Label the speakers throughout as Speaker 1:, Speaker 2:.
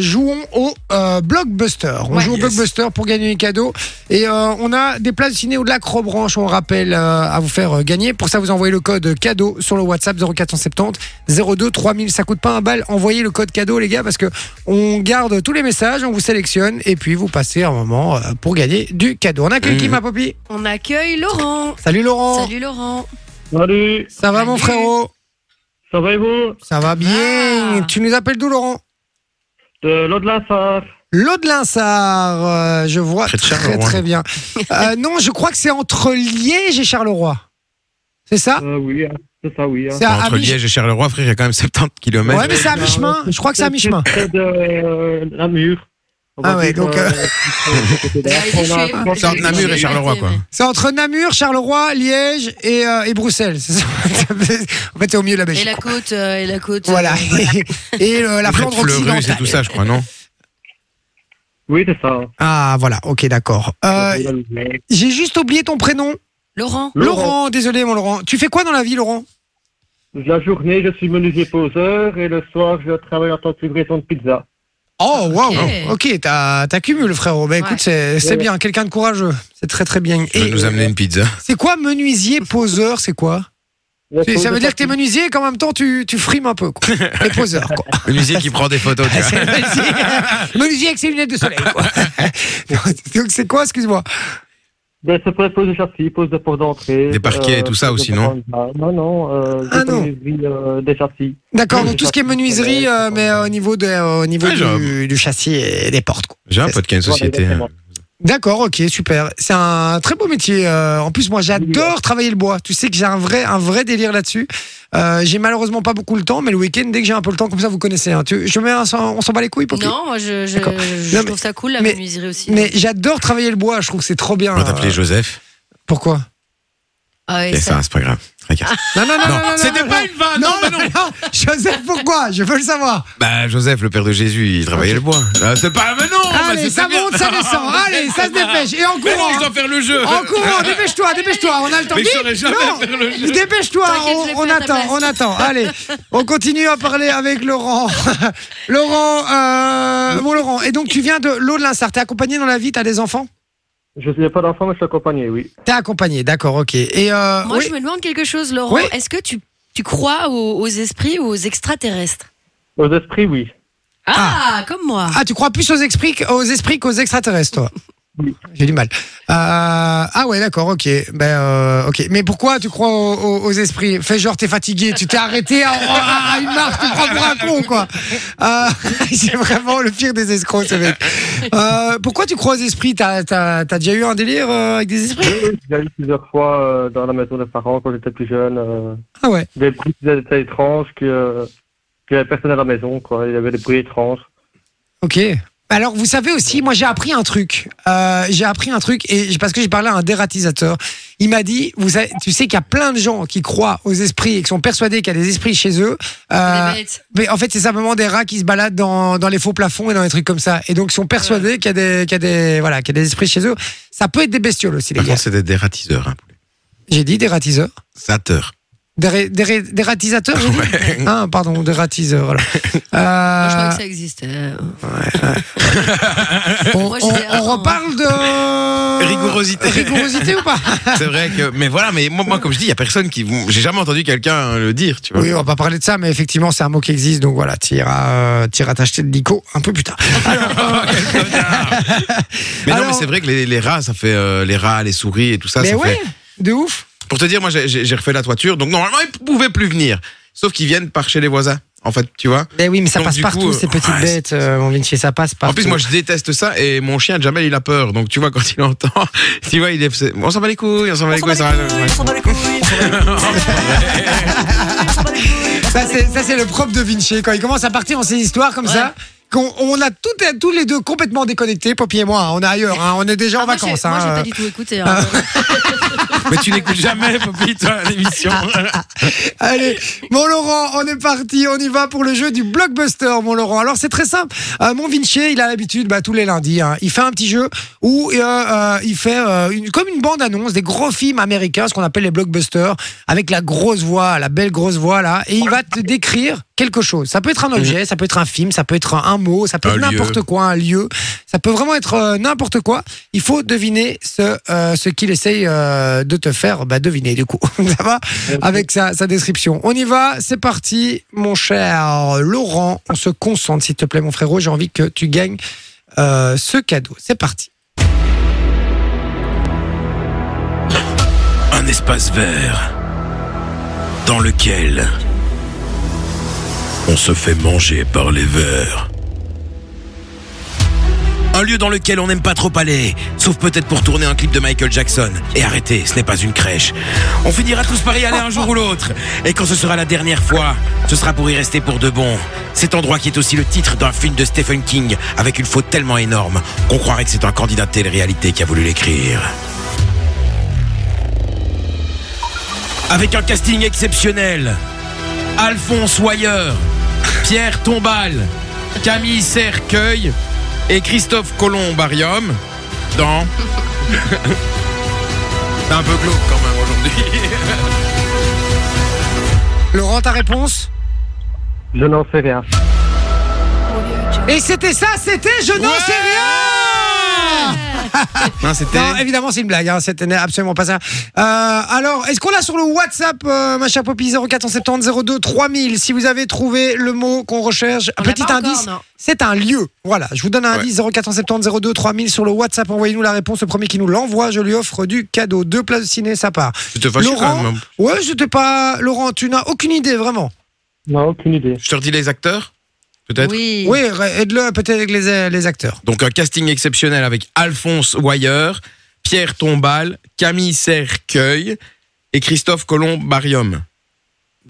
Speaker 1: Jouons au euh, blockbuster. On
Speaker 2: Ouais.
Speaker 1: joue au
Speaker 2: Yes.
Speaker 1: blockbuster pour gagner des cadeaux. Et euh, on a des places ciné ou de la Crobranche, on rappelle, euh, à vous faire euh, gagner. Pour ça, vous envoyez le code cadeau sur le WhatsApp 0470 02 3000. Ça coûte pas un bal. Envoyez le code cadeau, les gars, parce que on garde tous les messages, on vous sélectionne et puis vous passez un moment euh, pour gagner du cadeau. On accueille qui,
Speaker 3: Mhm.
Speaker 1: ma Poppy
Speaker 2: On accueille Laurent.
Speaker 1: Salut Laurent.
Speaker 2: Mmh. Salut Laurent.
Speaker 4: Salut,
Speaker 1: Ça va, mon
Speaker 2: Salut.
Speaker 1: frérot
Speaker 4: ça va et vous
Speaker 1: Ça va bien.
Speaker 2: Ah.
Speaker 1: Tu nous appelles d'où, Laurent
Speaker 4: De l'eau de la Sarre.
Speaker 1: L'eau de Linsard, euh, je vois
Speaker 3: Près de
Speaker 1: très
Speaker 3: Charleroi.
Speaker 1: très bien. Euh, non, je crois que c'est entre Liège et Charleroi. C'est ça
Speaker 4: Euh, oui, hein, c'est ça, oui. hein.
Speaker 1: C'est à, à
Speaker 3: Entre
Speaker 1: mi-
Speaker 3: Liège et Charleroi, frère, il y a quand même 70 km.
Speaker 1: Ouais, mais c'est à mi-chemin. Je crois que c'est à mi-chemin.
Speaker 4: près de euh, Namur. On va
Speaker 1: Ah ouais,
Speaker 4: dire,
Speaker 1: donc,
Speaker 4: euh,
Speaker 1: euh,
Speaker 4: c'est de la
Speaker 2: Je suis-
Speaker 4: Sarre.
Speaker 2: je suis-
Speaker 3: entre Namur et Charleroi, quoi.
Speaker 1: C'est entre Namur, Charleroi, Liège et, euh, et Bruxelles. c'est ça en fait, c'est au milieu de la
Speaker 2: Et
Speaker 1: Belgique.
Speaker 2: la
Speaker 1: quoi.
Speaker 2: côte, euh, et la côte.
Speaker 1: Voilà.
Speaker 2: euh,
Speaker 1: Et euh, la Flandre
Speaker 3: Fleurus et tout
Speaker 1: occidentale.
Speaker 3: ça, je crois, non
Speaker 4: Oui, c'est ça.
Speaker 1: Ah, voilà. Ok, d'accord. Euh, J'ai juste oublié ton prénom.
Speaker 2: Laurent.
Speaker 1: Laurent.
Speaker 4: Laurent.
Speaker 1: désolé, mon Laurent. Tu fais quoi dans la vie, Laurent
Speaker 4: La journée, je suis menuisier poseur et le soir, je travaille en tant que livraison de pizza.
Speaker 1: Oh, waouh.
Speaker 2: Ok.
Speaker 1: Ok, t'as- t'accumules, frérot. Bah, écoute,
Speaker 2: Ouais.
Speaker 1: c'est c'est
Speaker 4: Ouais.
Speaker 1: bien. Quelqu'un de courageux. C'est très, très bien.
Speaker 3: Tu vas
Speaker 1: Et- euh,
Speaker 3: nous amener une pizza.
Speaker 1: C'est quoi menuisier poseur C'est quoi C'est- Ça veut dire que t'es menuisier et qu'en même temps tu, tu frimes un peu. Quoi. Et poseur. Quoi.
Speaker 3: Le musique qui prend des photos, tu vois.
Speaker 1: C'est menuisier. menuisier avec ses lunettes de soleil. Quoi. Donc c'est quoi Excuse-moi.
Speaker 4: Ben, c'est pour les pauses de châssis, pause de port d'entrée. euh,
Speaker 3: Des parquets et tout ça
Speaker 4: pause
Speaker 3: aussi,
Speaker 4: de
Speaker 3: non
Speaker 4: porte d'entrée. Non, non, euh,
Speaker 1: Ah,
Speaker 4: des
Speaker 1: non.
Speaker 4: menuiseries, euh, des châssis.
Speaker 1: D'accord.
Speaker 4: Oui,
Speaker 1: Donc tout ce qui est
Speaker 4: c'est ça.
Speaker 1: menuiserie, euh, mais euh, au niveau, de, euh, au niveau
Speaker 3: Ah, genre.
Speaker 1: du, du châssis et des portes. quoi.
Speaker 3: J'ai un pote qui a une
Speaker 4: Voilà,
Speaker 3: société. hein.
Speaker 1: hein.
Speaker 4: exactement.
Speaker 1: D'accord. Ok. Super. C'est un très beau métier. euh, en plus, moi, j'adore travailler le bois. Tu sais que j'ai un vrai, un vrai délire là-dessus. Euh, j'ai malheureusement pas beaucoup le temps, mais le week-end, dès que j'ai un peu le temps, comme ça, vous connaissez. hein. Tu- je mets, un- on s'en bat les couilles, Poppy
Speaker 2: Non, moi je, je,
Speaker 1: D'accord.
Speaker 2: je
Speaker 1: Non, mais-
Speaker 2: trouve ça cool la
Speaker 1: mais-
Speaker 2: menuiserie aussi.
Speaker 1: Mais j'adore travailler le bois, je trouve que c'est trop bien.
Speaker 3: On va t'appeler
Speaker 1: Euh,
Speaker 3: Joseph.
Speaker 1: Pourquoi
Speaker 2: Ah ouais,
Speaker 3: Et
Speaker 2: ça.
Speaker 3: ça, c'est pas grave. Regarde.
Speaker 1: Non, Ah, non, non, non, non,
Speaker 3: Non, c'était
Speaker 1: non,
Speaker 3: pas une vanne.
Speaker 1: non,
Speaker 3: Non,
Speaker 1: non, non, Joseph, pourquoi Je veux le savoir.
Speaker 3: Bah, Joseph, le père de Jésus, il travaillait le bois. Ah, C'est pas. Mais non bah,
Speaker 1: Allez,
Speaker 3: c'est
Speaker 1: ça
Speaker 3: bien.
Speaker 1: monte, ça descend. Allez, ça se dépêche. Et en
Speaker 3: Mais non,
Speaker 1: courant.
Speaker 3: je dois faire le jeu.
Speaker 1: hein. En courant, dépêche-toi, dépêche-toi. On a le temps.
Speaker 3: Mais je
Speaker 1: Vite,
Speaker 3: saurais jamais
Speaker 1: non,
Speaker 3: faire le jeu.
Speaker 1: Dépêche-toi,
Speaker 2: T'inquiète, je l'ai
Speaker 1: on, on
Speaker 2: fait à ta
Speaker 1: attend, on
Speaker 2: place.
Speaker 1: attend. Allez, on continue à parler avec Laurent. Laurent, euh, bon Laurent, et donc tu viens de l'eau de l'insart. T'es accompagné dans la vie, t'as des enfants
Speaker 4: Je n'ai pas d'enfant, mais je suis accompagné, oui.
Speaker 1: T'es accompagné, d'accord, ok. Et euh,
Speaker 2: Moi
Speaker 1: oui.
Speaker 2: je me demande quelque chose, Laurent.
Speaker 1: Oui.
Speaker 2: Est-ce que tu, tu crois aux, aux esprits ou aux extraterrestres
Speaker 4: Aux esprits, oui.
Speaker 2: ah, comme moi.
Speaker 1: Ah, tu crois plus aux esprits, qu'- aux esprits qu'aux extraterrestres, toi
Speaker 4: Oui.
Speaker 1: J'ai du mal. Euh, ah ouais, d'accord, ok. Ben, euh, ok. Mais pourquoi tu crois aux, aux- aux esprits Fais genre, t'es fatigué, tu t'es arrêté à, à- à une marche, tu prends pour un con, quoi. Euh, c'est vraiment le pire des escrocs, ce mec. Euh, pourquoi tu crois aux esprits T'as t'as- t'as déjà eu un délire euh, avec des esprits
Speaker 4: J'ai eu plusieurs fois euh, dans la maison des parents quand j'étais plus jeune. euh,
Speaker 1: Ah ouais.
Speaker 4: des bruits qui étaient étranges, que, euh, qu'il n'y avait personne à la maison, quoi. Il y avait des bruits étranges.
Speaker 1: Ok. Alors, vous savez aussi, moi j'ai appris un truc. Euh, j'ai appris un truc et j- parce que j'ai parlé à un dératisateur, il m'a dit, vous savez, tu sais qu'il y a plein de gens qui croient aux esprits et qui sont persuadés qu'il y a des esprits chez eux. Euh,
Speaker 2: Des bêtes.
Speaker 1: mais en fait, c'est simplement des rats qui se baladent dans, dans les faux plafonds et dans les trucs comme ça. Et donc, ils sont persuadés qu'il y a des, qu'il y a des, voilà, qu'il y a des esprits chez eux. Ça peut être des bestioles aussi, les
Speaker 3: Par
Speaker 1: gars.
Speaker 3: contre, c'est des dératiseurs. Hein.
Speaker 1: J'ai dit dératiseur.
Speaker 3: Sateur.
Speaker 1: Déré- déré- Dératisateurs, j'ai dit.
Speaker 3: Ouais.
Speaker 1: Ah, pardon, dératiseur. alors. Euh,
Speaker 2: Moi, je crois que ça existe. euh.
Speaker 1: on,
Speaker 2: Moi, je
Speaker 1: on-
Speaker 2: dis,
Speaker 1: on
Speaker 2: euh,
Speaker 1: reparle de
Speaker 3: Rigorosité.
Speaker 1: rigorosité ou pas
Speaker 3: C'est vrai que. Mais voilà, mais moi, moi, comme je dis, il y a personne qui. J'ai jamais entendu quelqu'un le dire, tu vois.
Speaker 1: Oui, on va pas parler de ça, mais effectivement, c'est un mot qui existe, donc voilà, t'iras, euh, t'iras t'acheter de l'ico un peu plus tard.
Speaker 3: Ah, Mais non,
Speaker 1: Alors-
Speaker 3: mais c'est vrai que les, les rats, ça fait euh, les rats, les souris et tout ça.
Speaker 1: mais
Speaker 3: ça
Speaker 1: ouais,
Speaker 3: fait...
Speaker 1: de ouf.
Speaker 3: Pour te dire, moi, j'ai- j'ai j'ai refait la toiture, donc normalement, ils pouvaient plus venir. Sauf qu'ils viennent par chez les voisins, en fait, tu vois.
Speaker 1: Mais oui, mais ça
Speaker 3: Donc,
Speaker 1: passe
Speaker 3: du
Speaker 1: partout
Speaker 3: coup, euh,
Speaker 1: ces petites
Speaker 3: ouais,
Speaker 1: bêtes, euh, mon Vinci, ça passe partout.
Speaker 3: En plus, moi, je déteste ça et mon chien, Jamel, il a peur. Donc, tu vois, quand il entend, tu vois, il est. c'est- On s'en bat les couilles, on s'en bat les couilles, ça va. ouais.
Speaker 1: ça c'est ça, c'est le propre de Vinci quand il commence à partir dans ces histoires comme ça. Qu'on, on a tout, tous les deux complètement déconnectés, Poppy et moi. hein, on est ailleurs, hein, on est déjà
Speaker 2: Ah,
Speaker 1: en
Speaker 2: moi,
Speaker 1: vacances.
Speaker 2: j'ai- Moi, j'ai
Speaker 1: hein.
Speaker 2: pas du tout écouté. hein.
Speaker 3: Mais tu n'écoutes jamais, Poppy, toi, l'émission.
Speaker 1: Allez, mon Laurent, on est parti, on y va pour le jeu du blockbuster, mon Laurent. Alors c'est très simple. Euh, mon Vinci, il a l'habitude, bah, tous les lundis, hein, il fait un petit jeu où euh, euh, il fait euh, une- comme une bande annonce des gros films américains, ce qu'on appelle les blockbusters, avec la grosse voix, la belle grosse voix là, et il va te décrire quelque chose. Ça peut être un objet, ça peut être un film, ça peut être un, un mot, ça peut
Speaker 3: Mm. Un
Speaker 1: être
Speaker 3: lieu.
Speaker 1: n'importe quoi, un lieu. Ça peut vraiment être euh, n'importe quoi. Il faut deviner ce, euh, ce qu'il essaye euh, de te faire bah, deviner, du coup. ça va avec sa, sa description. On y va, c'est parti, mon cher Laurent. On se concentre, s'il te plaît, mon frérot. J'ai envie que tu gagnes euh, ce cadeau. C'est parti.
Speaker 5: Un espace vert dans lequel on se fait manger par les vers. Un lieu dans lequel on n'aime pas trop aller, sauf peut-être pour tourner un clip de Michael Jackson. Et arrêtez, ce n'est pas une crèche. On finira tous par y aller un jour ou l'autre. Et quand ce sera la dernière fois, ce sera pour y rester pour de bon. Cet endroit qui est aussi le titre d'un film de Stephen King, avec une faute tellement énorme qu'on croirait que c'est un candidat de télé-réalité qui a voulu l'écrire. avec un casting exceptionnel. Alphonse Hoyer, Pierre Tombal,
Speaker 3: Camille Cercueil et Christophe Colombarium dans. C'est un peu glauque quand même aujourd'hui.
Speaker 1: Laurent, ta réponse
Speaker 4: Je n'en sais rien.
Speaker 1: Et c'était ça, c'était Je n'en sais rien
Speaker 3: Non, c'était.
Speaker 1: Non, évidemment, c'est une blague. Hein. C'était absolument pas ça. Euh, alors, est-ce qu'on l'a sur le WhatsApp, euh, ma chère Poppy 0470 02 3000 Si vous avez trouvé le mot qu'on recherche,
Speaker 2: On l'a
Speaker 1: petit
Speaker 2: pas encore,
Speaker 1: indice,
Speaker 2: non.
Speaker 1: c'est un lieu. Voilà, je vous donne un
Speaker 3: Ouais.
Speaker 1: indice 0470 02 3000 sur le WhatsApp. Envoyez-nous la réponse. Le premier qui nous l'envoie, je lui offre du cadeau. Deux places de ciné, ça part.
Speaker 3: C'était facile
Speaker 1: Laurent,
Speaker 3: quand même.
Speaker 1: ouais, c'était pas. Laurent, tu n'as aucune idée, vraiment.
Speaker 4: Non, aucune idée.
Speaker 3: Je te redis les acteurs Peut-être
Speaker 2: Oui.
Speaker 1: Oui, aide-le peut-être avec les, les acteurs.
Speaker 3: Donc un casting exceptionnel avec Alphonse Hoyer, Pierre Tombal, Camille Cercueil et Christophe Colombarium.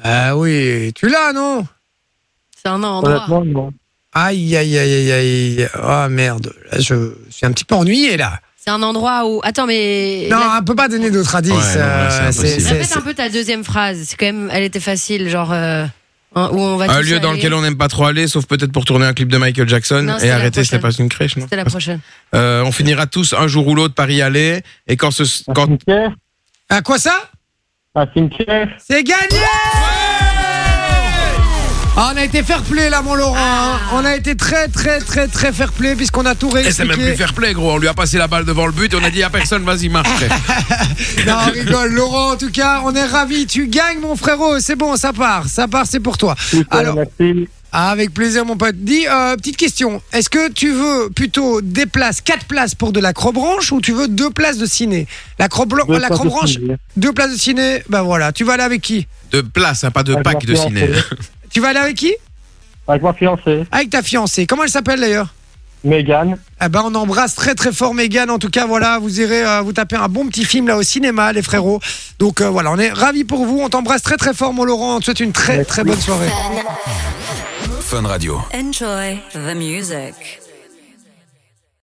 Speaker 1: Bah oui, tu l'as, non
Speaker 2: C'est un endroit.
Speaker 4: Honnêtement, non.
Speaker 1: Aïe, aïe, aïe, aïe, aïe. Ah merde, là, je suis un petit peu ennuyé là.
Speaker 2: C'est un endroit où. Attends, mais.
Speaker 1: Non,
Speaker 2: la-
Speaker 1: on peut pas donner d'autres indices.
Speaker 3: Ouais, non, là, c'est
Speaker 1: euh,
Speaker 3: impossible.
Speaker 1: c'est-
Speaker 2: Répète
Speaker 1: c'est-
Speaker 2: un peu ta deuxième phrase. C'est quand même. Elle était facile, genre. euh, hein, où on va.
Speaker 3: Un
Speaker 2: tous
Speaker 3: lieu dans
Speaker 2: aller.
Speaker 3: lequel on n'aime pas trop aller, sauf peut-être pour tourner un clip de Michael Jackson
Speaker 2: Non, c'était
Speaker 3: et
Speaker 2: la
Speaker 3: arrêter, ce n'est pas
Speaker 2: prochaine.
Speaker 3: une crèche. Non
Speaker 2: C'était la prochaine.
Speaker 3: Euh, on finira tous un jour ou l'autre par y aller. Et quand ce...
Speaker 4: Un
Speaker 3: Quand...
Speaker 4: cimetière
Speaker 1: Ah, quoi ça
Speaker 4: Un cimetière
Speaker 1: C'est gagné Ah, on a été fair play là, mon Laurent. hein. On a été très, très, très, très fair play puisqu'on a tout
Speaker 3: Ah. Et c'est
Speaker 1: réexpliqué.
Speaker 3: même plus fair play, gros. On lui a passé la balle devant le but et on a dit à personne, vas-y, marche. frère.
Speaker 1: Non, on rigole, Laurent. En tout cas, on est ravis. Tu gagnes, mon frérot. C'est bon, ça part. Ça part, c'est pour toi.
Speaker 4: Super,
Speaker 1: Alors-
Speaker 4: merci.
Speaker 1: Ah, Avec plaisir, mon pote. Dis, euh, petite question. Est-ce que tu veux plutôt des places, 4 places pour de l'acrobranche ou tu veux 2 places de ciné L'acrobranche,
Speaker 4: Deux places de
Speaker 1: l'acrobranche,
Speaker 4: ciné.
Speaker 1: 2 places de ciné, ben voilà. Tu vas aller avec qui
Speaker 3: De place, hein, pas de
Speaker 4: Avec ma
Speaker 3: pack de ciné.
Speaker 4: fiancée.
Speaker 1: Tu vas aller avec qui
Speaker 4: Avec ma fiancée,
Speaker 1: Avec ta fiancée. Comment elle s'appelle d'ailleurs
Speaker 4: Mégane.
Speaker 1: eh ben, on embrasse très très fort Mégane. En tout cas, voilà, vous irez euh, vous taper un bon petit film là au cinéma, les frérots. Donc euh, voilà, on est ravis pour vous. On t'embrasse très très fort, mon Laurent. On te souhaite une très très bonne soirée.
Speaker 5: Fun Radio.
Speaker 6: Enjoy the music.